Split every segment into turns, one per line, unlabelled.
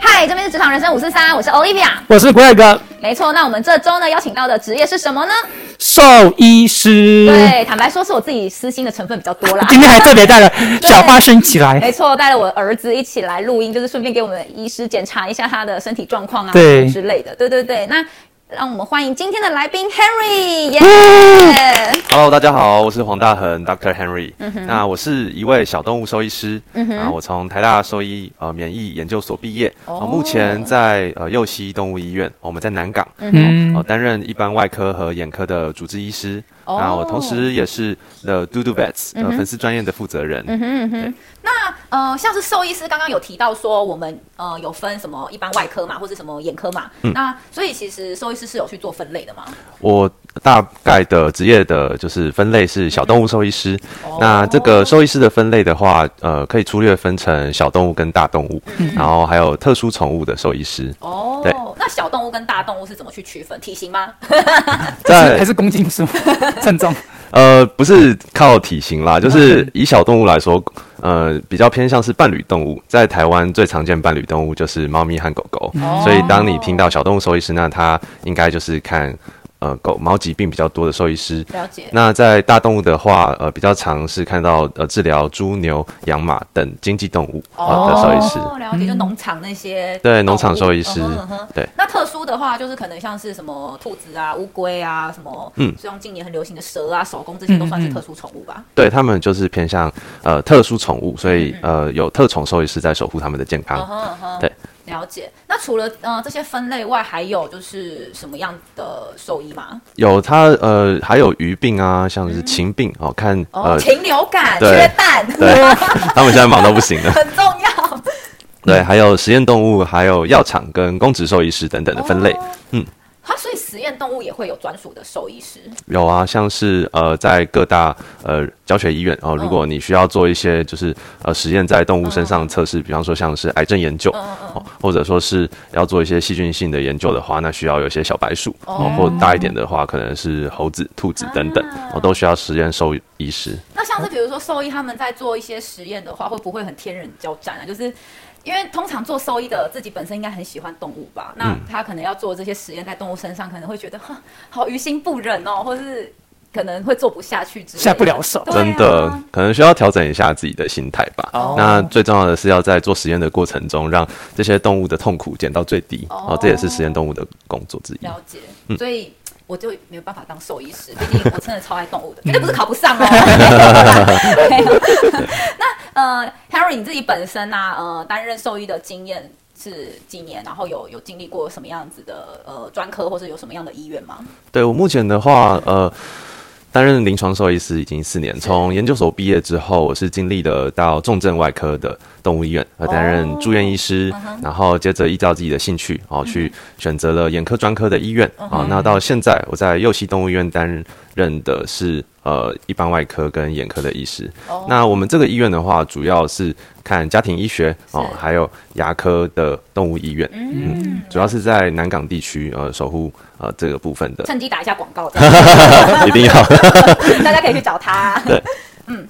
嗨，这边是职场人生五四三，我是 Olivia。
我是 Greg，
没错，那我们这周呢邀请到的职业是什么呢？
兽医师。
对，坦白说是我自己私心的成分比较多啦。
嗯 今天还特别 带了小花生起来，
没错，带了我儿子一起来录音，就是顺便给我们医师检查一下他的身体状况啊，
对
之类的。对对对，那让我们欢迎今天的来宾 Henry，耶、
Hello，大家
哦
好，我是黄大恒 Dr. Henry。那
嗯
我是一位小动物兽医师，啊，我从台大兽医呃免疫研究所毕业，
哦
啊目前在呃右西动物医院，我们在南港，
嗯
哦，，担任一般外科和眼科的主治医师。
哦嗯
那我同时也是 The d o d o Vets 呃粉丝专业的负责人。
呃，像是兽医师刚刚有提到说，我们呃有分什么一般外科嘛，或是什么眼科嘛，
嗯
那所以其实兽医师是有去做分类的嘛。
我大概的职业的就是分类是小动物兽医师。
哦
那这个兽医师的分类的话，呃，可以粗略分成小动物跟大动物，然后还有特殊宠物的兽医师。对
哦，那小动物跟大动物是怎么去区分？体型吗？
在
还是公斤数 称重，
呃，不是靠体型啦，嗯就是以小动物来说，呃，比较偏向是伴侣动物。在台湾最常见伴侣动物就是猫咪和狗狗，嗯
哦
所以当你听到小动物兽医师，那他应该就是看呃狗毛疾病比较多的兽医师。
了解。
那在大动物的话，呃，比较常是看到呃治疗猪、牛、羊、马等经济动物
哦
啊、呃的兽医师。
了解，就农场那些
对农场
动物
兽医师
嗯哼嗯哼
对
那特殊的话，就是可能像是什么兔子啊、乌龟啊，什么，嗯
嗯，
像近年很流行的蛇啊、手工这些都算是
嗯嗯嗯
特殊宠物吧。
对他们就是偏向呃特殊宠物，所以
嗯
呃有特宠兽医师在守护他们的健康。
嗯哼嗯哼，
对，
了解。那除了呃这些分类外，还有就是什么样的兽医吗？
有它呃，还有鱼病啊，像是禽病哦，看
哦，
呃，
禽流感、
对
缺蛋，
对， 他们现在忙到不行 了。
很重要。啊
对，还有实验动物，还有药厂跟公职兽医师等等的分类。
哦
嗯，
它所以实验动物也会有专属的兽医师。
有啊，像是呃，在各大呃教学医院
嗯
哦，如果你需要做一些就是呃实验在动物身上的测试，比方说像是癌症研究，
嗯
哦，或者说是要做一些细菌性的研究的话，那需要有一些小白鼠哦，或大一点的话，可能是猴子、兔子等等，
啊
哦，都需要实验兽医师。
那像是比如说兽医他们在做一些实验的话，会不会很天人交战啊？就是因为通常做兽医的自己本身应该很喜欢动物
嗯
吧，那他可能要做这些实验在动物身上，可能会觉得哈好于心不忍哦，或是可能会做不下去之类的，
下不了手
对啊
真的可能需要调整一下自己的心态吧。
哦
那最重要的是要在做实验的过程中，让这些动物的痛苦减到最低。
哦
哦这也是实验动物的工作之一。嗯
了解，所以。我就没有办法当兽医师，毕竟我真的超爱动 物的，绝对不是考不上哦。没有 那呃，Harry 你自己本身啊，呃，担任兽医的经验是几年？然后有有经历过什么样子的呃专科，或是有什么样的医院吗？
对我目前的话，呃。担任临床兽医师已经四年，从研究所毕业之后，我是经历了到重症外科的动物医院，呃，担任住院医
哦
师，
嗯
然后接着依照自己的兴趣，哦，去选择了眼科专科的医院，
嗯
啊、那到现在我在右西动物医院担任的是呃一般外科跟眼科的医师，
哦
那我们这个医院的话，主要是看家庭医学哦
是，
还有牙科的动物医院，
嗯，
主要是在南港地区呃守护呃这个部分的，
趁机打一下广告，这样
一定要。
大家可以去找他。
对，
嗯，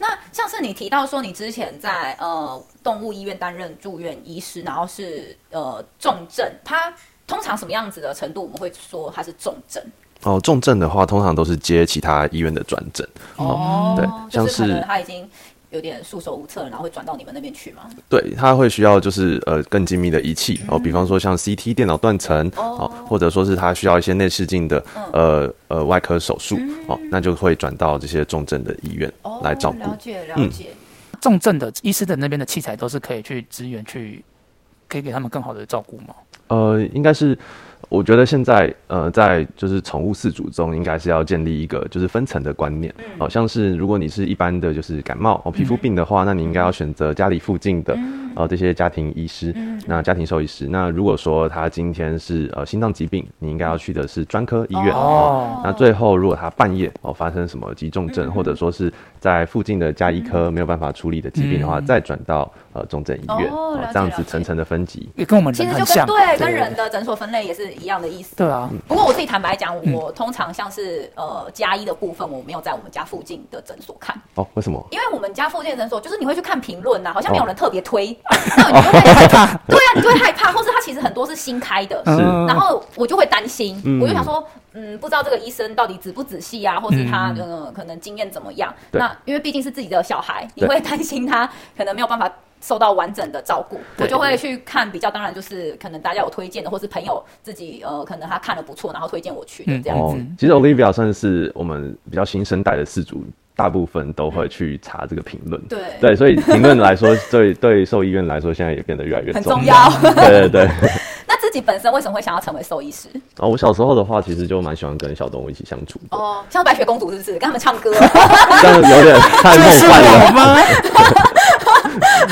那像是你提到说你之前在呃动物医院担任住院医师，然后是呃重症，它通常什么样子的程度我们会说它是重症？
哦，重症的话，通常都是接其他医院的转诊。
哦
嗯对
就
像
是可能
是
他已经有点束手无策了，然后会转到你们那边去吗？
对，它会需要就是呃更精密的仪器哦，比方说像 CT 电脑断层哦，或者说是它需要一些内视镜的
嗯
呃呃外科手术哦，那就会转到这些重症的医院
哦，
来照顾
了。解了
嗯
解。
重症的医师的那边的器材都是可以去支援，去可以给他们更好的照顾吗？
呃，应该是，我觉得现在呃，在就是宠物饲主中，应该是要建立一个就是分层的观
嗯
念。好、像是如果你是一般的就是感冒哦皮肤病的话，那你应该要选择家里附近的、
嗯
呃这些家庭医师，那家庭兽医师。那如果说他今天是呃心脏疾病，你应该要去的是专科医院。
哦
那最后，如果他半夜哦发生什么急重
嗯
症，或者说是在附近的加医科没有办法处理的疾病的话，再转到呃重症医院，
嗯哦了解
这样
了
子
解
层层的分级。
也跟我们
其
人
实就跟
很像，
对跟人的诊所分类也是是一样的意思。
对啊，
不过我自己坦白讲，我通常像是呃加一的部分，我没有在我们家附近的诊所看，
哦，为什么？
因为我们家附近的诊所就是你会去看评论啊呐，好像没有人特别推，那你就会害怕。对啊，你就会害怕，或是它其实很多是新开的，
是
嗯
然后我就会担心，
嗯
我就想说，嗯，不知道这个医生到底仔不仔细啊，或是他呃可能经验怎么样？
对
那因为毕竟是自己的小孩，你
对
会担心他可能没有办法。受到完整的照顾，我
对
就会去看比较，当然就是可能大家有推荐的，或是朋友自己呃，可能他看了不错，然后推荐我去的
嗯
这样。
哦，其实 Olivia 算是我们比较新生代的四组，大部分都会去查这个评论。
嗯对
对，所以评论来说， 对对兽医院来说，现在也变得越来越
很
重
重要
对对对。
那自己本身为什么会想要成为兽医师？
然后我小时候的话，其实就蛮喜欢跟小动物一起相处的，
哦，像白雪公主是不是跟他们唱歌？
这样有点太
这
梦
是
啊
幻了
我。吗？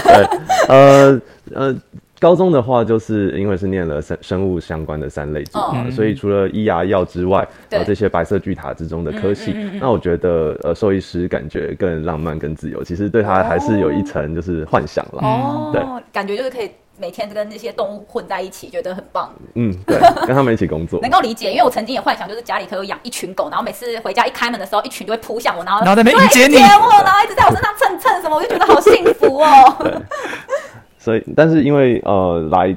对，呃呃，高中的话，就是因为是念了生生物相关的三类组嘛，
嗯
所以除了医牙药之外，
哦对嗯
呃，这些白色巨塔之中的科系，那我觉得呃，兽医师感觉更浪漫、更自由，其实对他还是有一层就是幻想啦。对
哦，感觉就是可以每天跟那些动物混在一起，觉得很棒。
嗯， 对，跟他们一起工作
能。够理解，因为我曾经也幻想，就是家里可以有养一群狗，然后每次回家一开门的时候，一群就会扑向我，然后
然后在那边
对
迎接你
我，然后一直在我身上蹭蹭什么，我就觉得好幸福哦。
所以，但是因为呃，来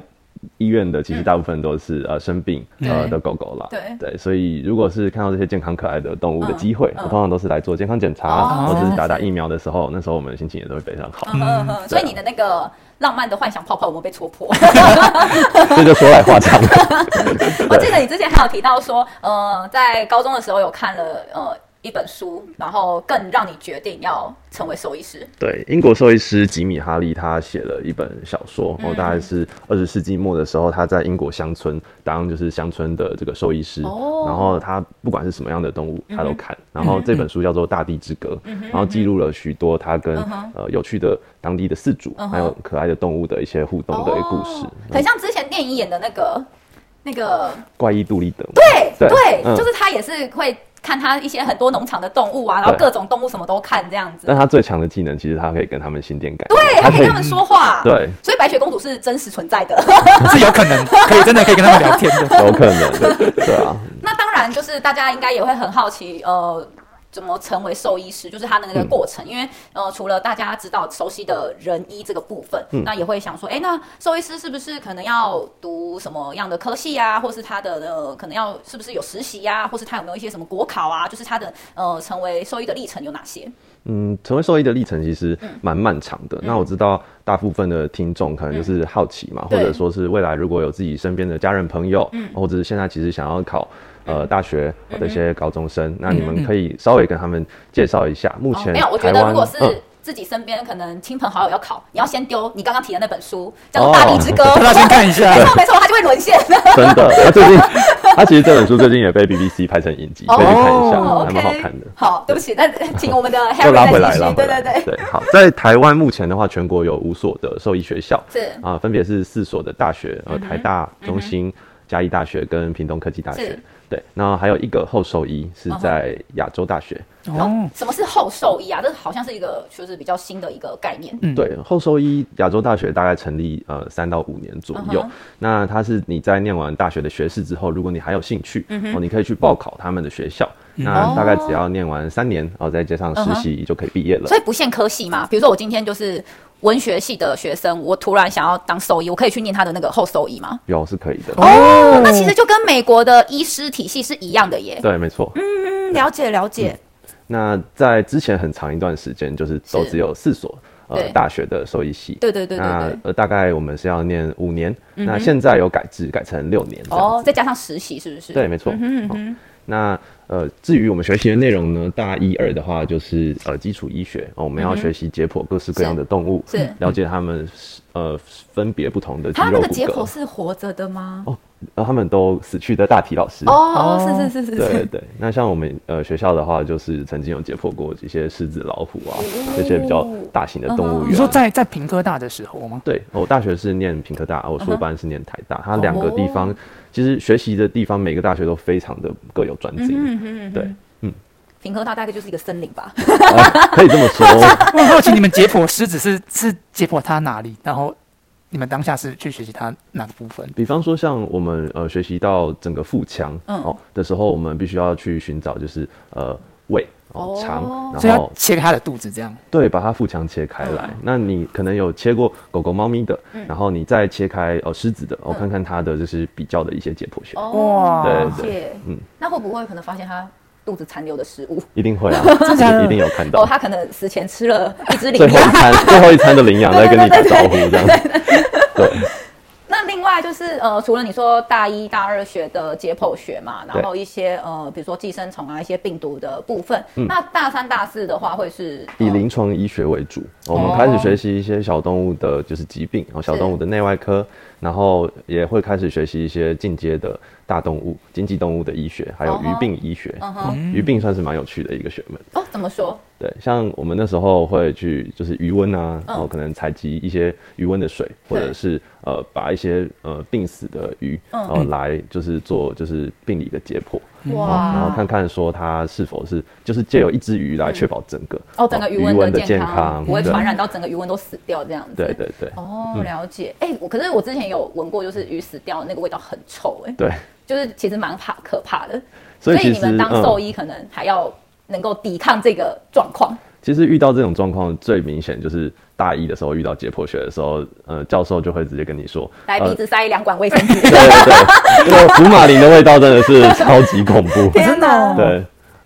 医院的其实大部分都是、呃生病呃
对
的狗狗啦。
对
所以如果是看到这些健康可爱的动物的机会，
嗯
我通常都是来做健康检查，
哦
或者
是
是
是
打打
是
疫苗的时候，那时候我们的心情也都会非常好。
嗯 嗯，所以你的那个浪漫的幻想泡泡有没有被戳 破？
这就说来话长。
我记得你之前还有提到说，呃，在高中的时候有看了呃一本书，然后更让你决定要成为兽医师。
对，英国兽医师吉米·哈利他写了一本小说，我、哦、大概是二十世纪末的时候，他在英国乡村当就是乡村的这个兽医师，
哦
然后他不管是什么样的动物，他都看。然后这本书叫做《大地之歌》，然后记录了许多他跟、呃有趣的当地的饲主、还有可爱的动物的一些互动的一个故事
哦，很像之前电影演的那个那个
怪异杜立德嘛。
对对，
嗯
就是他也是会看他一些很多农场的动物啊，然后
对
各种动物什么都看这样子
但。他最强的技能，其实他可以跟他们心电感应，
对，他可以跟他们说话。
对，
所以白雪公主是真实存在 的。
是有可能，可以真的可以跟他们聊天 的。
有可能，对对啊，
那当然，就是大家应该也会很好奇，呃。怎么成为兽医师？就是他的
嗯
那个过程，因为呃，除了大家知道熟悉的人医这个部分，
嗯
那也会想说，哎，那兽医师是不是可能要读什么样的科系啊？或是他的呃，可能要是不是有实习啊呀、或是他有没有一些什么国考啊？就是他的呃，成为兽医的历程有哪些？
嗯，成为兽医的历程其实
嗯
蛮漫长的。那我知道大部分的听众可能就是好奇嘛，或
对
者说是未来如果有自己身边的家人朋友，
嗯
或者是现在其实想要考呃大学的一些高中生，那你们可以稍微跟他们介绍一下
嗯
目
哦
前
没有，我觉
台
得如
湾
果是
嗯
自己身边可能亲朋好友要考，你要先丢你刚刚提的那本书，叫
哦
做《大地之歌》，
大家 先看一下
没错没错，他就会沦陷。
真 的，他最近他其实这本书最近也被 BBC 拍成影集，可以去看一下，
哦
还蛮好看
OK，。
的
好，对不起，那请 我们的 Harry
又拉回来
再继续
了，
对对对，
对，好，在台湾目前的话，全国有五所的兽医学校，
是
啊、分别是四所的大学，
嗯
呃，台大、中兴、嘉义大学跟屏东科技大学
是。哦
对，那还有一个后兽医是在亚洲大学。
哦，
什么是后兽医啊？这好像是一个就是比较新的一个概念。
嗯
对，后兽医亚洲大学大概成立呃三到五年左右。
嗯哼
那它是你在念完大学的学士之后，如果你还有兴趣，
嗯
哦，你可以去报考他们的学校。那大概只要念完三年，然、后再加上实习就可以毕业了。
嗯所以不限科系嘛，比如说我今天就是文学系的学生，我突然想要当兽医，我可以去念他的那个后兽医吗？
有是可以的。
哦，那其实就跟美国的医师体系是一样的耶。
对，没错。
嗯，了解了解。
那在之前很长一段时间，就是都
是
只有四所呃
对
大学的兽医系。
对对对对
那
对。嗯
呃，大概我们是要念五年，那现在有改制，改成六年这样子。
哦，再嗯加上实习是不是？
对，没错。哦那呃，至于我们学习的内容呢，大一、二的话就是呃基础医学、哦，我们要学习解剖各式各样的动物，
嗯是是
了解它们呃分别不同的肌
他那
肉
个
骨
解剖
骼，哦
是活着的吗？
然后他们都死去的大体老师。
哦，是是是是
对
是。
对，那像我们呃学校的话，就是曾经有解剖过一些狮子、老虎啊，
嗯
这些比较大型的动物
你
园。啊
说在在平科大的时候吗？
对，我大学是念平科大，啊
嗯
我硕班是念台大，它两
哦
个地方其实学习的地方，每个大学都非常的各有专
嗯
精。对，嗯
平科大大概就是一个森林吧。
啊可以这么说。
我很好奇，你们解剖狮子是是解剖它哪里，然后你们当下是去学习它哪个部分？
比方说，像我们呃学习到整个腹腔、
嗯
哦的时候，我们必须要去寻找就是呃胃、哦
哦嗯
肠，
所以
然
要
后
切开它的肚子这样。
对把它腹腔切开来。那你可能有切过狗狗、猫咪的，然后你再切开呃狮子的，我、哦、看看它的就是比较的一些解剖学，
嗯哦，
对
了解。
嗯
那会不会可能发现他肚子残留的食物？
一定会 啊，
假的
一定有看到。
哦，他可能死前吃了一只
最
羚
后一
羊。
餐，最后一餐的领养在跟你打招呼，这样对。
那另外就是呃，除了你说大一大二学的解剖学嘛，然
对
后一些呃，比如说寄生虫啊，一些病毒的部分。
嗯
那大三大四的话会是
以
呃
临床医学为主，哦我
哦
们开始学习一些小动物的，就是疾病，然后小动物的内外科，然后也会开始学习一些进阶的大动物、经济动物的医学，还有
哦吼
鱼病医学。
嗯哼
鱼病算是蛮有趣的一个学门。
哦，怎么说？
对，像我们那时候会去就是鱼温啊，
嗯
然后可能采集一些鱼温的水，或者是呃把一些呃病死的鱼，
嗯
然后来就是做就是病理的解剖。
哇，
然后嗯看看说它是否是就是借由一只鱼来确保整个
哦，整个鱼
鱼
温
温
的
的
健
健
康不会
对
传染到整个鱼温都死掉这样子。
对。对对
哦，了解。哎、我可是我之前有闻过，就是鱼死掉那个味道很臭、哎，
对，
就是其实蛮怕可怕的。
所以其
你们
实
当
嗯
兽医可能还要能够抵抗这个状况。
其实遇到这种状况最明显就是大一的时候遇到解剖学的时候，呃，教授就会直接跟你说，
来
呃
鼻子塞两管卫生纸，
对对，这个福马林的味道真的是超级 恐怖，
天
哦
哪！
对，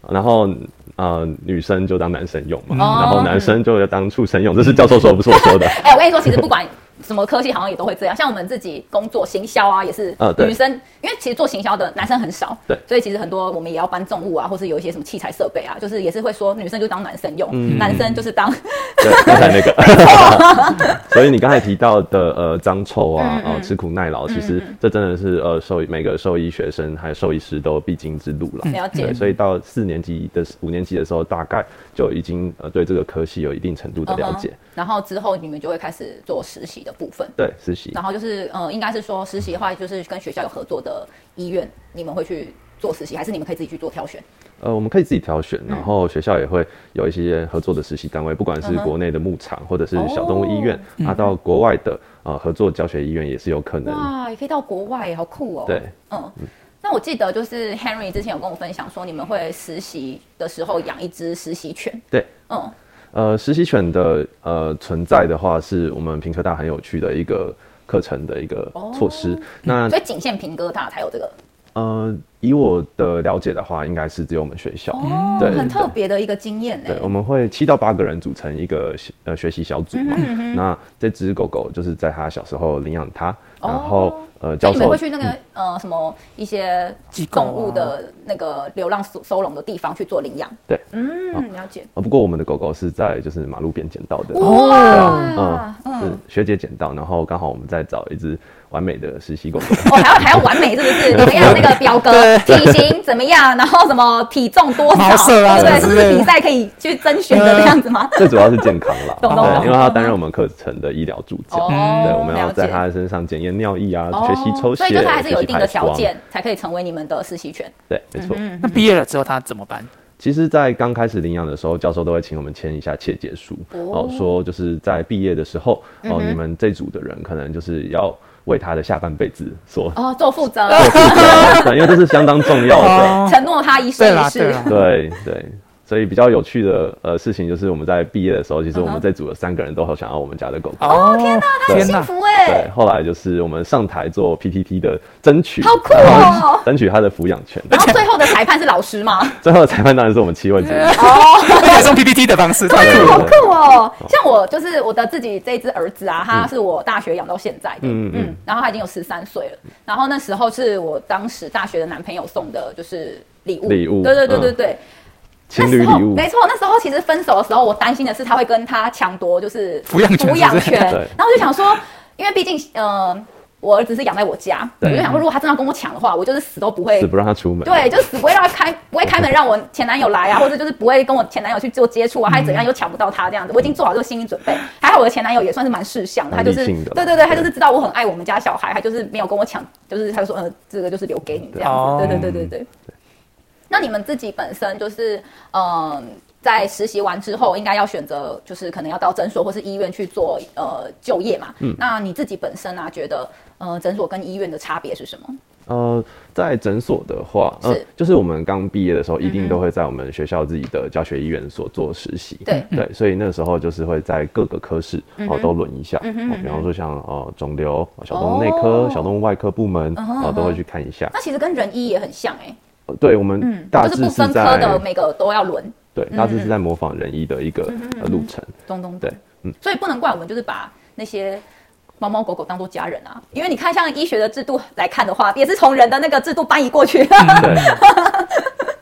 然后。呃，女生就当男生用嘛，
哦
然后男生就当畜生用，这是教授说，不是我说的。
哎、我跟你说，其实不管什么科系，好像也都会这样。像我们自己工作行销啊，也是
啊对
女生，因为其实做行销的男生很少，
对
所以其实很多我们也要搬重物啊，或是有一些什么器材设备啊，就是也是会说女生就当男生用，
嗯
男生就是当嗯
对，刚才那 个。 所以你刚才提到的呃脏臭
嗯
啊，哦、吃苦耐劳，其实这真的是呃兽医每个兽医学生还有兽医师都必经之路了。
嗯了解
对，。所以到四年级的五年级的时候，大概就已经呃对这个科系有一定程度的了解。
嗯哼然后之后你们就会开始做实习的部分，
对，实习
然后就是呃，应该是说实习的话，就是跟学校有合作的医院，你们会去做实习，还是你们可以自己去做挑选？
呃，我们可以自己挑选，
嗯
然后学校也会有一些合作的实习单位，不管
嗯
是国内的牧场或者是小动物医院，
哦
啊，到国外的呃合作教学医院也是有可能。
哇，也可以到国外耶，好酷哦！
对，
嗯。那我记得就是 Henry 之前有跟我分享说，你们会实习的时候养一只实习犬，
对，
嗯，
呃，实习犬的呃存在的话，是我们平科大很有趣的一个课程的一个措施。
哦
那
所以仅限平哥大才有这个，
呃，以我的了解的话，应该是只有我们学校。
哦
嗯对
很
对
特别的一个经验欸呢
对，。我们会七到八个人组成一个学呃学习小组嘛。
嗯
那这只狗狗就是在它小时候领养它，然后、呃
所以
教
你们
授嗯
会哦去那个呃什么一些
机构啊
动物的那个流浪收收容的地方去做领养？
对，
嗯，了解。
呃不过我们的狗狗是在就是马路边捡到的。
哇，嗯，
是学姐捡到，然后刚好我们在找一只完美的实习狗狗，
哦，还要还要完美是不是？你们要有那个表格，体型怎么样， 然后什么体重多少，
毛色啊
对不对？是
什
不
么之类的嗯
是比赛可以去甄选的这样子吗？
最主要是健康啦，
懂懂懂
对，因为它担任我们课程的医疗助教，
哦
对，我们要
了解
在它身上检验尿液啊，
哦
学习抽血，
所以就是还是有一定的
学习排
条
光
件嗯才可以成为你们的实习犬。
对，没错。
那毕业了之后它怎么办？
其实，在刚开始领养的时候，教授都会请我们签一下切结书，
哦嗯
哦，说就是在毕业的时候，哦，你们这组的人可能就是要为他的下半辈子 所
哦，做负责，
做负责，对因为这是相当重要的。
哦，
承诺他一生
对啦
一
对
世。
啦，
对对，所以比较有趣的呃事情就是我们在毕业的时候，
嗯
其实我们这组有三个人都好想要我们家的狗狗。
哦天哪，
好幸福哎
对，，后来就是我们上台做 PPT 的争取，
好酷哦！
争取他的抚养权。
然后最后的裁判是老师吗？
最后的裁判当然是我们七 位主任。
而且还是用 PPT 的方式，太酷
对，
了。
好酷哦！像我就是我的自己这一只儿子啊，他是我大学养到现在的，嗯
嗯嗯
然后他已经有十三岁了。然后那时候是我当时大学的男朋友送的，就是礼物，
礼物
对对对对
嗯
对。
情侣
那时候
礼物
没错。那时候其实分手的时候，我担心的是他会跟他抢夺，就是
抚养权
抚养
是
权
不是。
对
然后我就想说，因为毕竟呃，我儿子是养在我家，我
对
就想说，如果他真的要跟我抢的话，我就是死都不会
死不让他出门。
对，就死不会让他开，不会开门让我前男友来啊，或者就是不会跟我前男友去做接触啊，还是
嗯
怎样又抢不到他这样子。我已经做好这个心理准备，还好我的前男友也算是蛮识相的，他
蛮
就
理
是
性的啦
对对对，他
对
就是知道我很爱我们家小孩，他就是没有跟我抢，就是他就说呃这个就是留给你这样子。
哦
对对对对对。那你们自己本身就是嗯、呃在实习完之后，应该要选择就是可能要到诊所或是医院去做呃就业嘛。嗯，那你自己本身啊，觉得呃诊所跟医院的差别是什么？
呃，在诊所的话，呃
是，
就是我们刚毕业的时
嗯
候，一定都会在我们学校自己的教学医院所做实习。
对嗯
对，所以那时候就是会在各个科室哦都轮一下，
嗯哼
哦比方说像哦肿瘤、小动物内
哦嗯
科、小动物外科部门哦都会去看一下。
那其实跟人医也很像哎、
呃对，我们
嗯，
大
就是
致
不
是
分科的嗯
在
每个都要轮，
对，大致是在模仿人医的一个
嗯
呃路程。
咚咚咚
对，嗯，
所以不能怪我们就是把那些。猫猫狗狗当做家人啊，因为你看，像医学的制度来看的话，也是从人的那个制度搬移过去。
对，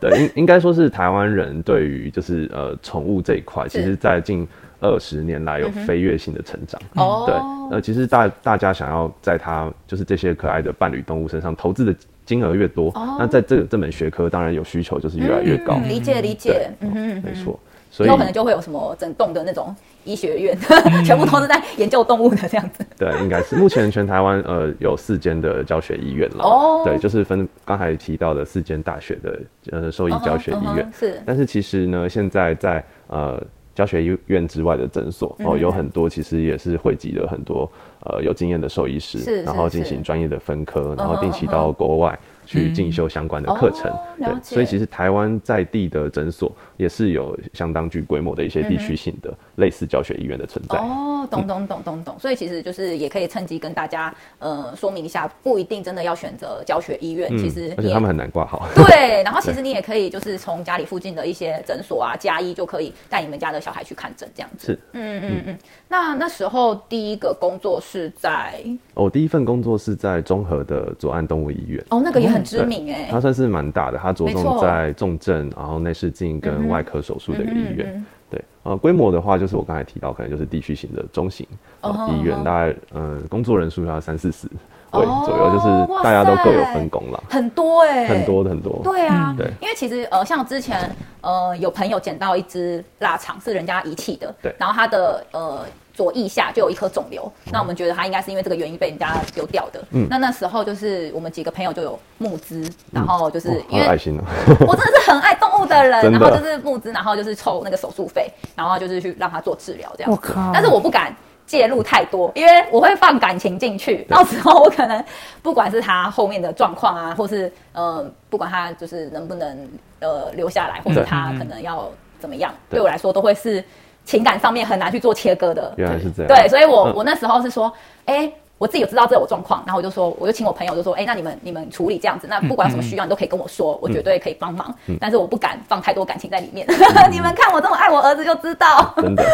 对，应应该说是台湾人对于就是呃宠物这一块，其实在近二十年来有飞跃性的成长。
哦
对，呃，其实大大家想要在它就是这些可爱的伴侣动物身上投资的金额越多，那在这这门学科当然有需求就是越来越高。
哦 嗯理解理解，嗯哼，
没错，所
以
以嗯
后可能就会有什么整栋的那种医学院， 全部都是在研究动物的这样子。
对，应该是目前全台湾呃有四间的教学医院了。
哦
对，就是分刚才提到的四间大学的呃兽医教学医院。
嗯哼是
但是其实呢，现在在呃教学医院之外的诊所
嗯
哦，有很多其实也是汇集了很多呃有经验的兽医
是
师，然后
是
进
是
行专业的分科，然
嗯
后定期到国外去进修相关的课程
哦。
对
了，解
所以其实台湾在地的诊所也是有相当具规模的一些地区性的类似教学医院的存在。
哦，懂懂懂懂懂，所以其实就是也可以趁机跟大家呃说明一下，不一定真的要选择教学医院，其实
嗯
你
而且
也
他们很难挂号。
对，然后其实你也可以就是从家里附近的一些诊所啊、家医就可以带你们家的小孩去看诊这样子。
是，
嗯嗯嗯。那那时候第一个工作是在
哦我第一份工作是在中和的左岸动物医院，
哦，那个也很知名哎、
它算是蛮大的，它着
没错
重在重症，然后内视镜跟外科手术的一个医
嗯
院。对，呃，规模的话，就是我刚才提到，可能就是地区型的中型、呃
哦
医院，大概呃工作人数要三四十位
哦
左右，就是大家都各有分工啦，
很多哎、
很。多的嗯很多。
对啊，
对
因为其实呃，像之前呃有朋友捡到一只腊肠是人家遗弃的，
对嗯
然后它的呃左腋下就有一颗肿瘤，那我们觉得它应该是因为这个原因被人家丢掉的，嗯，那那时候就是我们几个朋友就有募资，然后就是
哦好
因
有
为
爱心哦，
我真的是很爱动物的人，
真
然
的
后就是募资，然后就是凑那个手术费，然后就是去让他做治疗这样
我
子。
靠
但是我不敢介入太多，因为我会放感情进去，到时候我可能不管是他后面的状况啊，或是呃，不管他就是能不能呃留下来，或是
对
他可能要怎么样，
对
对我来说都会是情感上面很难去做切割的。
原来是这样。
对，所以我、
嗯
我那时候是说，哎、我自己有知道这有状况，然后我就说，我就请我朋友就说，哎、那你们你们处理这样子，
嗯
那不管有什么需要，你都可以跟我说，我绝对可以帮忙，但是我不敢放太多感情在里面。
嗯
你们看我这么爱我儿子就知道，
真的，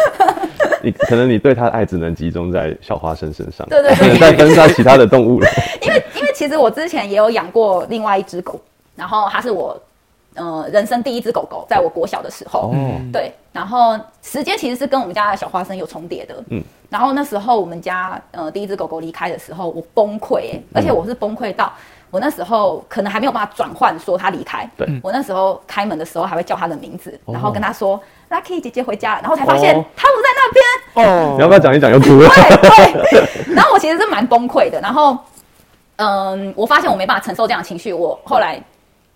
你可能你对它的爱只能集中在小花生身上，
对对对
不能 再分到其他的动物了。
因为
嗯
因为其实我之前也有养过另外一只狗，然后它是我呃人生第一只狗狗，在我国小的时候，
哦，
对，然后时间其实是跟我们家的小花生有重叠的。嗯
嗯，
然后那时候我们家呃第一只狗狗离开的时候，我崩溃、
嗯
欸，而且我是崩溃到我那时候可能还没有办法转换说它离开。
对嗯
我那时候开门的时候还会叫它的名字，
哦
然后跟它说、Lucky 姐姐回家了”，然后才发现
哦
它不在那边。
哦
你要不要讲一讲又哭了？
对，然后我其实是蛮崩溃的，然后，嗯，我发现我没办法承受这样的情绪，我后来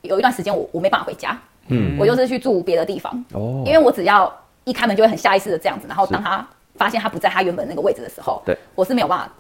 有一段时间我我没办法回家，嗯，我就是去住别的地方，
哦
因为我只要一开门就会很下意识的这样子，然后当他发现他不在他原本那个位置的时候，
对，
我是没有办法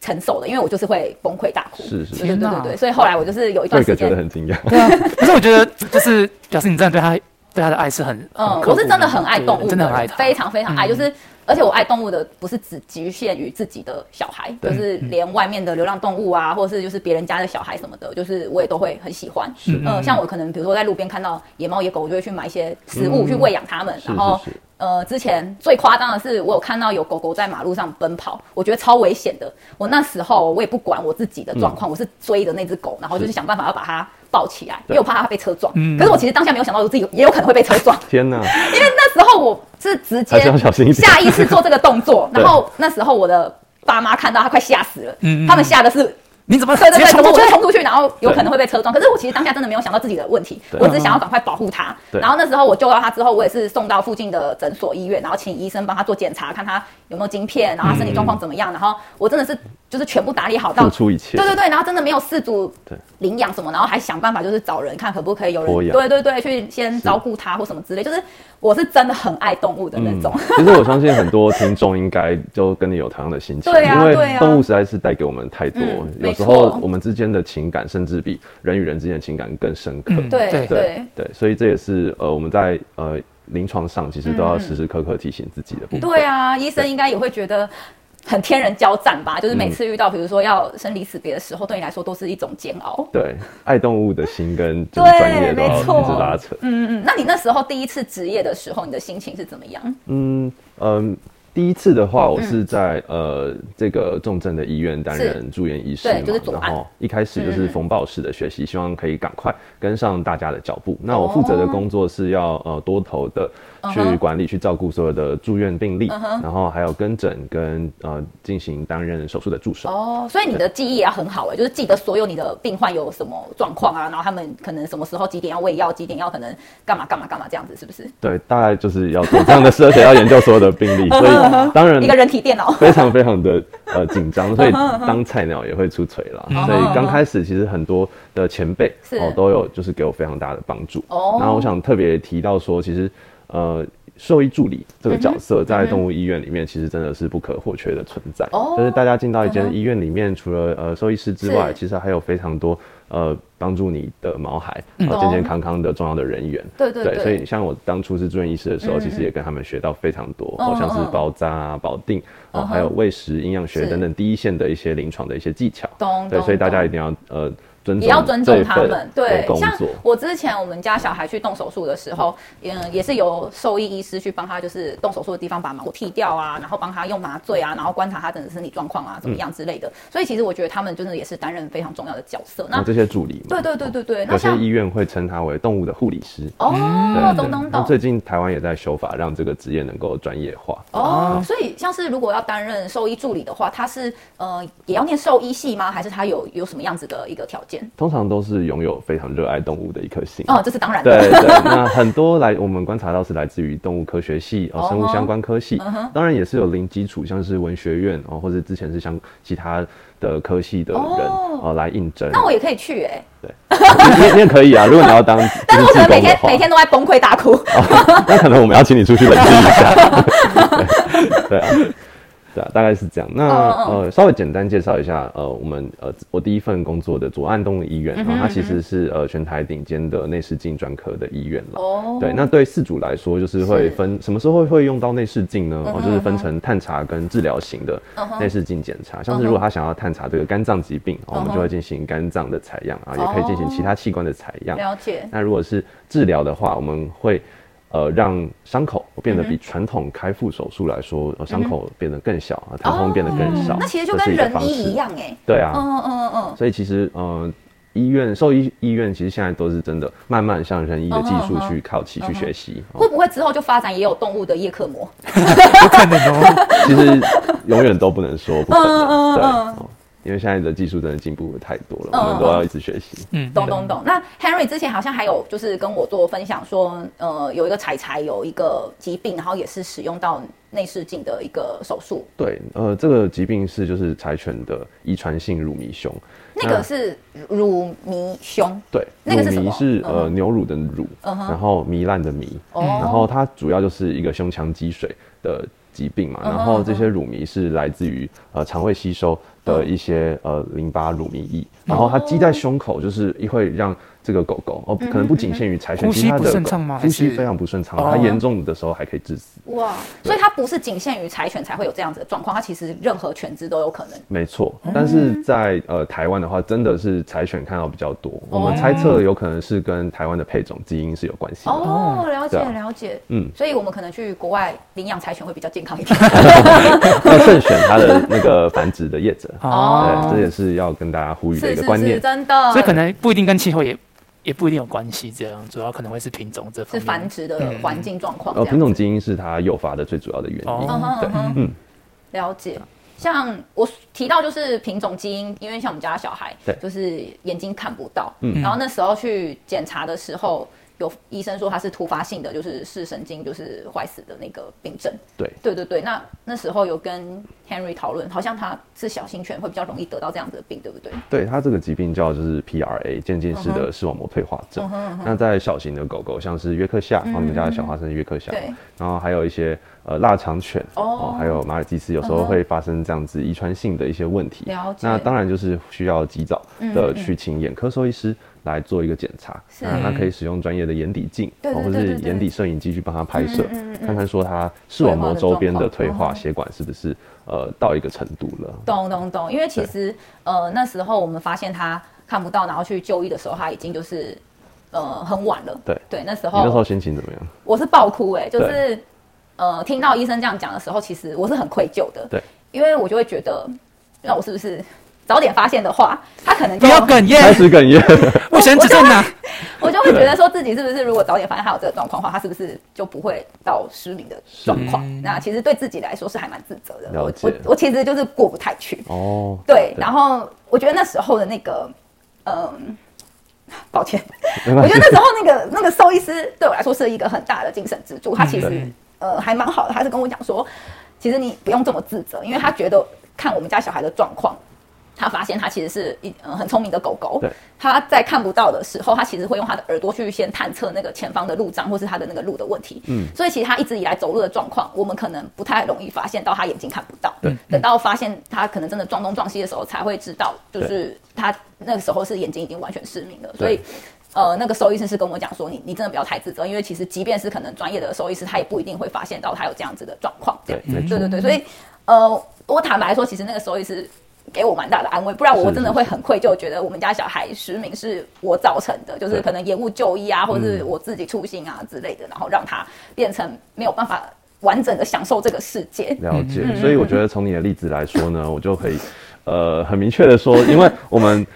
承受的，因为我就是会崩溃大哭，
是是
对对对对
天
对，
哪
所以后来我就是有一段
瑞
时
哥觉
间
得。很惊讶。
对啊，可是我觉得就是表示你真的对他对他的爱是很
嗯
很，刻
我
骨
是真的很爱动物，
对真的很爱嗯他，
非常非常爱，就是而且我爱动物的不是只局限于自己的小孩，就是
嗯
连外面的流浪动物啊，或者是就是别人家的小孩什么的，就是我也都会很喜欢。嗯、像我可能比如说在路边看到野猫野狗，我就会去买一些食
嗯
物去喂养它们，
是
然后
是是
呃，之前最夸张的是，我有看到有狗狗在马路上奔跑，我觉得超危险的。我那时候我也不管我自己的状况，
嗯
我是追着那只狗，然后就是想办法要把它抱起来，因为我怕它被车撞。
嗯
可是我其实当下没有想到，我自己也有可能会被车撞。
天哪！
因为那时候我是直接
还是要小心一点
下意识做这个动作，
对
然后那时候我的爸妈看到他快吓死了，
嗯嗯
他们吓的是。
你怎么
对
直
对
接
对，
冲
怎么我
过去
就？冲出去，然后有
对
可能会被车撞。可是我其实当下真的没有想到自己的问题，
对
我只想要赶快保护他。
对
然后那时候我救到他之后，我也是送到附近的诊所医院，然后请医生帮他做检查，看他有没有晶片，然后他身体状况怎么样。然后我真的是就是全部打理好到
付，出一切。
对对对，然后真的没有四足
对
领养什么，然后还想办法就是找人看可不可以有
托
人，
养
对对对，去先照顾它或什么之类，就是我是真的很爱动物的那种。
嗯其实我相信很多听众应该就跟你有同样的心情，
对啊
因
对
为
啊
动物实在是带给我们太多，
嗯
有
没错
时候我们之间的情感甚至比人与人之间的情感更深刻。
嗯
对
对
对
对，所以这也是呃我们在呃临床上其实都要时时刻刻提醒自己的部分。
对啊，医生应该也会觉得很天人交战吧？就是每次遇到比如说要生离死别的时候，对你来说都是一种煎熬。
对，爱动物的心跟就是
对
专业都要
没错
一直拉扯。
嗯嗯，那你那时候第一次职业的时候，你的心情是怎么样？
嗯嗯，第一次的话，
哦
我是在、呃这个重症的医院担
嗯是
任住院医师
对
嘛，
就是左
然
岸
后一开始就是
嗯嗯
风暴式的学习，希望可以赶快跟上大家的脚步。那我
哦
负责的工作是要呃多头的去
哼
管理、去照顾所有的住院病例，
哦嗯哼
然后还有跟诊跟呃进行担任手术的助手。
哦，所以你的记忆也要很好哎、就是记得所有你的病患有什么状况啊，然后他们可能什么时候几点要喂药，几点要可能干嘛干嘛干嘛这样子，是不是？
对，大概就是要做这样的事，而且要研究所有的病例，
嗯
所以当然
一个人体电脑。
非常非常的呃紧张，
嗯
所以当菜鸟也会出锤啦。所以刚开始其实很多的前辈
是
哦都有就是给我非常大的帮助。
哦
然后我想特别提到说，其实呃。兽医助理
嗯
这个角色在动物医院里面其实真的是不可或缺的存在，
哦
就是大家进到一间医院里面，除了呃兽医师之外，
是
其实还有非常多呃帮助你的毛孩啊
懂
健健康康的重要的人员。
对对嗯对
所以像我当初是住院医师的时候，其实也跟他们学到非常多，好像是
嗯嗯
包扎啊、保定哦，
嗯哼
还有喂食、营养学
是
等等第一线的一些临床的一些技巧。
懂
对，
懂
所以大家
懂
一定要呃尊重
也要尊
这
重
一
他
份
们。
的
对，
工
像
作。
我之前我们家小孩去动手术的时候，嗯，也是由兽医医师去帮他，就是动手术的地方把毛剃掉啊，然后帮他用麻醉啊，然后观察他整个身体状况啊，怎么
嗯
样之类的。所以其实我觉得他们真的也是担任非常重要的角色。
然
那
后这些助理嘛，
对对对对对，那
有些
像
医院会称他为动物的护理师。
哦，懂懂
那
懂。
最近台湾也在修法，让这个职业能够专业化。啊
哦，所以像是如果要担任兽医助理的话，他是呃也要念兽医系吗？还是他有有什么样子的一个条件？
通常都是拥有非常热爱动物的一颗心。
哦，这是当 然
对
的。
对，那很多来我们观察到是来自于动物科学系哦，生物
哦
相关科系，当然也是有零基础，像是文学院哦，或者之前是像其他的科系的人
哦
哦来应征。
那我也可以去哎、
你你也可以啊，如果你要当
但是我可
自
能每
工的
天
话
每，天都在崩溃大哭。
那可能我们要请你出去冷静一下。 对对啊。对啊，大概是这样。那
嗯嗯
呃，稍微简单介绍一下，呃，我们呃，我第一份工作的左岸动物医
嗯
院，然哦后它其实是呃全台顶尖的内视镜专科的医院了。
哦，
对，那对饲主来说，就是会
是嗯
分什么时候会用到内视镜呢？哦，就是分成探查跟治疗型的内视镜检查。
嗯
像是如果他想要探查这个肝脏疾病，哦我们就会进行肝脏的采样啊，也可以进行其他器官的采样。
哦了解。
那如果是治疗的话，我们会呃让伤口变
嗯
得比传统开腹手术来说，呃伤、口变得更小啊，疼痛变得更少。
哦那其实就
这
跟
是一个
人
方式
医一。样哎、
对啊，
嗯嗯嗯
所以其实呃，医院兽医医院其实现在都是真的慢慢向人医的技术去靠齐、去学习。哦
嗯，会不会之后就发展也有动物的叶克膜？
有可能哦。
其实永远都不能说不可
嗯
能，
嗯
对、
嗯
哦因为现在的技术真的进步得太多了，
嗯
我们都要一直学习。
嗯，
懂懂懂。那 Henry 之前好像还有就是跟我做分享说，呃，有一个柴柴有一个疾病，然后也是使用到内视镜的一个手术，
对，呃，这个疾病是就是柴犬的遗传性乳糜胸，
那个是乳糜胸。
对，
那个是什么
乳糜是
嗯
呃牛乳的乳，
嗯哼
然后糜烂的糜，
哦
然后它主要就是一个胸腔积水的疾病嘛，
嗯哼嗯
然后这些乳糜是来自于呃肠胃吸收的一些呃淋巴乳糜液，
嗯
然后它积在胸口就是会让这个狗狗
嗯
哦，可能不仅限于柴犬，
呼
其他
吸不
的
顺
狗
畅吗
呼吸
还是
非常不顺畅，
哦
它严重的时候还可以致死。
哇，所以它不是仅限于柴犬才会有这样子的状况，它其实任何犬只都有可能。
没错，
嗯
但是在呃台湾的话，真的是柴犬看到比较多，我
哦
们猜测有可能是跟台湾的配种基因是有关系的。
哦，了解
对啊
了解，
嗯
嗯，所以我们可能去国外领养柴犬会比较健康一点。
要慎选它的那个繁殖的业者。
哦，
对，这也是要跟大家呼吁的一
是
个
是
观念
是，。真的。
所以可能不一定跟气候也也不一定有关系，这样主要可能会是品种这方
是
面。
繁殖的环境状况。这
呃，
样
品种基因是它诱发的最主要的原因。
哦
嗯哼
对
嗯哼，了解。像我提到就是品种基因，因为像我们家小孩
对，
就是眼睛看不到，
嗯
然后那时候去检查的时候。有医生说他是突发性的，就是视神经就是坏死的那个病症。
对
对对对，那那时候有跟 Henry 讨论，好像他是小型犬会比较容易得到这样子的病，对不对？
对，它这个疾病叫就是 PRA 渐进
嗯
式的视网膜退化症。那在小型的狗狗，像是约克夏，我们家的小花生是约克夏，
嗯对
然后还有一些呃腊肠犬
哦嗯
还有马尔济斯，有时候会发生这样子遗传性的一些问题。
了解嗯
那当然就是需要及早的去请眼科兽医师来做一个检查。
是
那那可以使用专业的眼底镜，哦
对对
或
对
是
对对
眼底摄影机去帮它拍摄
嗯嗯嗯，嗯
看看说它视网膜周边的
退化的
退
状况
化血管是不是呃到一个程度了。
懂懂懂，因为其实呃那时候我们发现他看不到，然后去就医的时候，他已经就是呃很晚了。
对
对，那时
你那时候
候
心情怎么样？
我是爆哭哎、就是
对
呃听到医生这样讲的时候，其实我是很愧疚的。
对，
因为我就会觉得，那我是不是早点发现的话，他可能
不
就
要哽咽
开，始哽咽。
卫生纸在哪？
我就会觉得说自己是不是如果早点发现他有这个状况的话，他是不是就不会到失明的状况？那其实对自己来说是还蛮自责的。
了
我
解
我我其实就是过不太去。
哦，
对，
对
然后我觉得那时候的那个，嗯，抱歉，
没
我
关
觉
系
得。那时候那个那个兽医师对我来说是一个很大的精神支柱，他其实、
嗯
呃还蛮好的，他是跟我讲说，其实你不用这么自责，因为他觉得看我们家小孩的状况。他发现他其实是一、呃、很聪明的狗狗
对，
他在看不到的时候，他其实会用他的耳朵去先探测那个前方的路障或是他的那个路的问题。嗯，所以其实他一直以来走路的状况，我们可能不太容易发现到他眼睛看不到。
对
等到发现他可能真的撞东撞西的时候，才会知道，就是他那个时候是眼睛已经完全失明了。所以
对，
呃，那个兽医师是跟我讲说，你你真的不要太自责，因为其实即便是可能专业的兽医师，他也不一定会发现到他有这样子的状况。这样
对没
对对对，所以呃，我坦白说，其实那个兽医师给我蛮大的安慰，不然我
是
真的
是
会很愧疚，觉得我们家小孩失明是我造成的，就是
对嗯
可能延误就医啊，或者是我自己粗心啊之类的，然后让他变成没有办法完整的享受这个世界。
了解，
嗯
所以我觉得从你的例子来说呢，我就可以，呃，很明确的说，因为 我们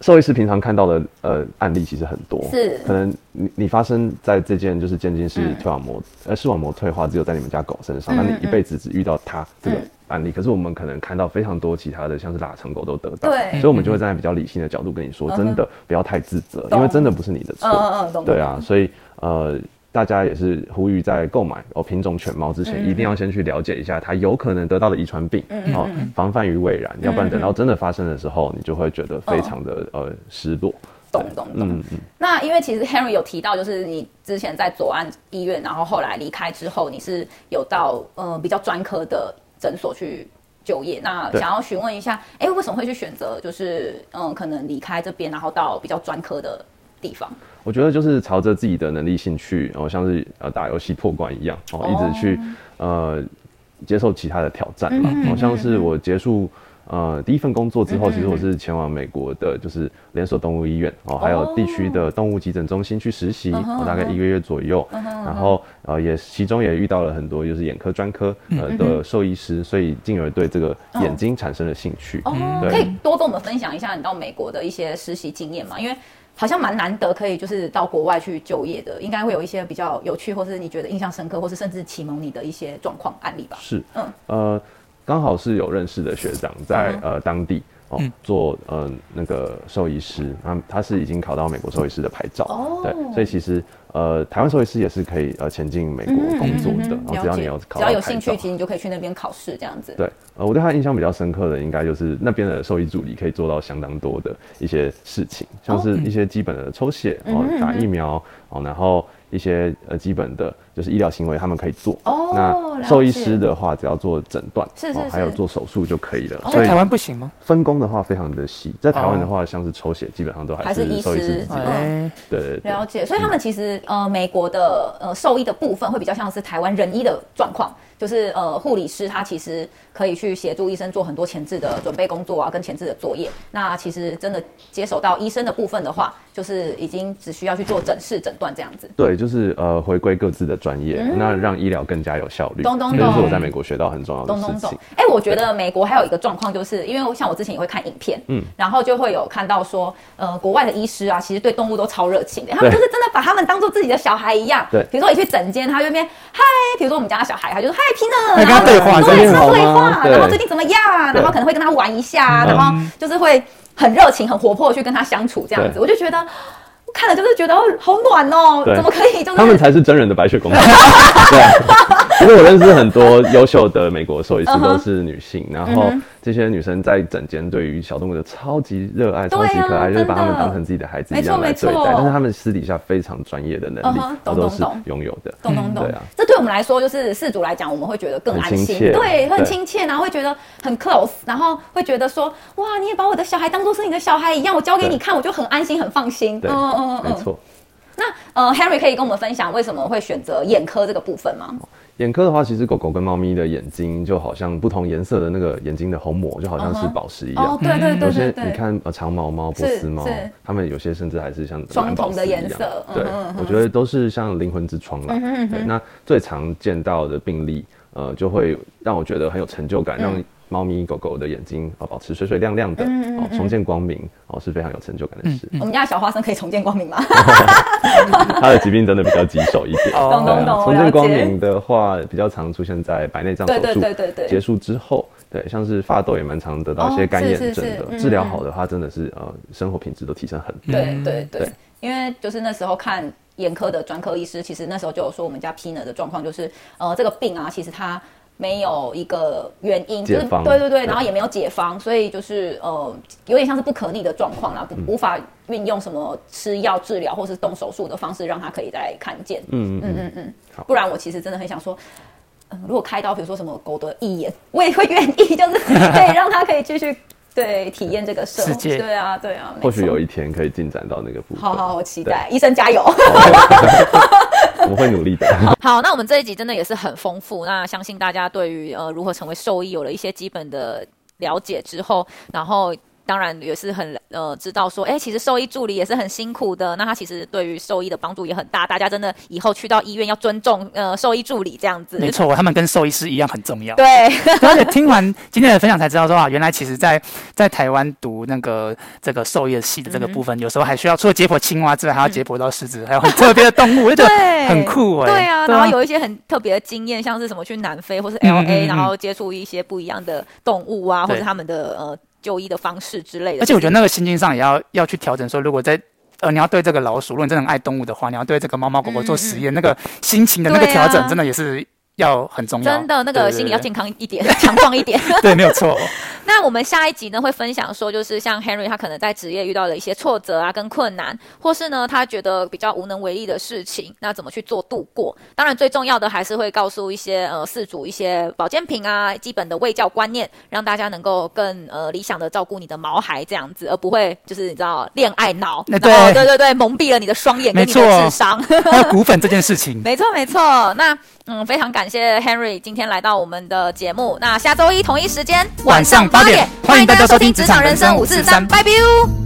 兽医师平常看到的呃案例其实很多，
是嗯
可能你你发生在这件就是渐进式退网膜、呃视网膜退化只有在你们家狗身上，那、你一辈子只遇到它这
嗯
个案例，可是我们可能看到非常多其他的像是腊肠狗都得到，
对嗯
所以我们就会站在比较理性的角度跟你说，真的不要太自责，因为
懂
真的不是你的错，
嗯嗯嗯，懂。
对啊，所以呃，大家也是呼吁在购买哦品种犬猫之前，一定要先去了解一下它有可能得到的遗传病，哦，防范于未然，要不然等到真的发生的时候，你就会觉得非常的呃失落。
懂懂懂。那因为其实 Henry 有提到，就是你之前在左岸医院，然后后来离开之后，你是有到呃比较专科的诊所去就业。那
对
想要询问一下，哎、为什么会去选择就是嗯可能离开这边，然后到比较专科的地方？
我觉得就是朝着自己的能力、兴趣，然、后像是呃打游戏破关一样，哦，一直去、呃接受其他的挑
嗯
战嘛。好、像是我结束呃第一份工作之
嗯
后，其实我是前往美国的，就是连锁动物医院哦，还有地区的动物急诊中心去实习，
嗯
哦、大概一个月左右。然后呃也其中也遇到了很多就是眼科专科
嗯
呃的兽医师，所以进而对这个眼睛产生了兴趣。
哦，
嗯对
可以多跟我们分享一下你到美国的一些实习经验嘛？因为好像蛮难得可以就是到国外去就业的，应该会有一些比较有趣，或是你觉得印象深刻，或是甚至启蒙你的一些状况案例吧？
是，
嗯
呃，刚好是有认识的学长在、呃当地哦、
嗯
做呃那个兽医师，他他是已经考到美国兽医师的牌照，
哦
对，所以其实呃台湾兽医师也是可以呃前进
嗯
美国工作的，然后只要你有
了解
考
只要
到
有
牌
兴趣，
照。
其实你就可以去那边考试这样子。
对，呃，我对他印象比较深刻的，应该就是那边的兽医助理可以做到相当多的一些事情，像
哦
是
嗯
一些基本的抽血、哦，打疫苗哦，然后一些呃基本的就是医疗行为他们可以做。
哦了
那
解
兽医师的话，只要做诊断，
是是哦
哦，还有
是
做手术就可以了。所
哦在
以
台湾不行吗？
分工的话非常的细，在台湾的
哦
话，像是抽血基本上都
还
还
是
是
医
兽医师
师
自己
嗯
做。
哎，
对对对
了解，所以他们其实呃，美国的呃兽医的部分会比较像是台湾人医的状况，就是呃护理师他其实可以去协助医生做很多前置的准备工作啊，跟前置的作业。那其实真的接手到医生的部分的话，就是已经只需要去做诊室诊断这样子。
对，就是呃，回归各自的专业，
嗯
那让医疗更加有效率。
懂懂
这就是
懂
我在美国学到很重要的
懂
事
懂懂
情。。
哎、我觉得美国还有一个状况，就是因为像我之前也会看影片，嗯，然后就会有看到说，呃，国外的医师啊，其实对动物都超热情的，他们就是真的把他们当做自己的小孩一样。
对
比如说你去诊间，他就那边嗨，比如说我们家的小孩，他就说嗨，Pina，
还跟他对话
对，
最
跟
近
他
好吗
对话，
对嗯
然后最近怎么样？啊然后可能会跟他玩一下，然后就是会很热情、很活泼地去跟他相处这样子，
对
我就觉得。看了就是觉得哦好暖哦，
对
怎么可以就是
他们才是真人的白 雪公主。对啊，不过我认识很多优秀的美国兽医
嗯
师都是女性，然后这些女生在整间对于小动物的超级热爱、
对啊
超级可爱，就是把他们
真的
当成自己的孩子
没
一
错
样来对
没错
待，但是他们私底下非常专业的能力
嗯哼，
我
懂
都是
懂懂
拥有的。
懂懂
嗯
懂
对啊，
这对我们来说就是事主来讲，我们会觉得更
很
安心
亲，切啊
对，会很
对
亲切，然后会觉得很 close，然后会觉得说，哇，你也把我的小孩当做是你的小孩一样，我交给你
对
看，我就很安心，很放心。嗯
对，没。错。
那呃，Harry 可以跟我们分享为什么会选择眼科这个部分吗？
眼科的话，其实狗狗跟猫咪的眼睛就好像不同颜色的那个眼睛的虹膜，就好像
嗯
是
哼
宝石一
哦
样，。
对对
有
对
些
对
你
对，
看呃长毛猫、波
是
斯猫
是，
它们有些甚至还是像
双
蓝宝
瞳
石
的
一
颜
样
色嗯
对，我觉得都是像灵魂之窗啦。对，那最常见到的病例，呃，就会让我觉得很有成就
嗯
感，让猫咪狗狗的眼睛啊、呃保持水水亮亮的，
嗯
哦，重见光明，哦，是非常有成就感的 事。
我们家的小花生可以重见光明吗？
它的疾病真的比较棘手一点。
哦
懂
对
懂
啊
懂，我
重
了
见光
解。
明的话，比较常出现在白内障手
对对
术
对对对
结束之后，对，像是发痘也蛮常得到一些
哦
干
是
眼
是
症
是
的。
嗯
治疗
嗯
好的话，真的是呃，生活品质都提升很多。
对对对
嗯对，
因为就是那时候看眼科的专科医师，其实那时候就有说我们家 Pina 的状况就是，呃，这个病啊，其实它没有一个原因，就
解
是
方
对对对，
对
然后也没有解方，所以就是呃，有点像是不可逆的状况啦，不
嗯
无法运用什么吃药治疗或是动手术的方式让它可以再来看见。
嗯嗯嗯
不然我其实真的很想说，嗯，如果开刀，比如说什么狗的义眼， 我也会愿意，就是对，让它可以继续对体验这个社
世界
对啊，对啊，没
或许
错
有一天可以进展到那个部分。
好好，我期待，医生加 油。
我们会努力的。
好，那我们这一集真的也是很丰富。那相信大家对于呃如何成为兽医有了一些基本的了解之后，然后当然也是很呃知道说，哎，其实兽医助理也是很辛苦的。那他其实对于兽医的帮助也很大。大家真的以后去到医院要尊重呃兽医助理这样子。
没错，他们跟兽医师一样很 重要。
对，
而且听完今天的分享才知道说啊，原来其实在在台湾读那个这个兽医的系的这个部
嗯
分，有时候还需要除了解剖青蛙之外，还要解剖到 狮子，还有很特别的动物，我就觉
对
得很酷哎、
对啊，然后有一些很特别的经验，像是什么去南非或是 L
嗯嗯
A，、
嗯
然后接触一些不一样的动物啊，或
对
者他们的呃就医的方式之类的。
而且我觉得那个心境上也要要去调整，说如果在。呃，你要对这个老鼠，如果你真的很爱动物的话，你要对这个猫猫狗狗做实验，那个心情的那个
对啊
调整，真的也是要很重要。
真的那
对
个
对
心理
对
要健康一点， 强壮一点。
对，没 有错。
那我们下一集呢会分享说，就是像 Henry 他可能在职业遇到了一些挫折啊跟困难，或是呢他觉得比较无能为力的事情，那怎么去做度过？当然最重要的还是会告诉一些呃饲主一些保健品啊、基本的卫教观念，让大家能够更呃理想的照顾你的毛孩这样子，而不会就是你知道恋爱脑，
那
然后
对
对对对，蒙蔽了你的双眼跟
没
你
错
的智商。
还有骨粉这件事情，
没错，没错。那嗯，非常感谢 Henry 今天来到我们的节目。那下周一同一时间
晚上八点
欢迎大家收听《
欢迎大家收听
职场人生五四三》，拜拜。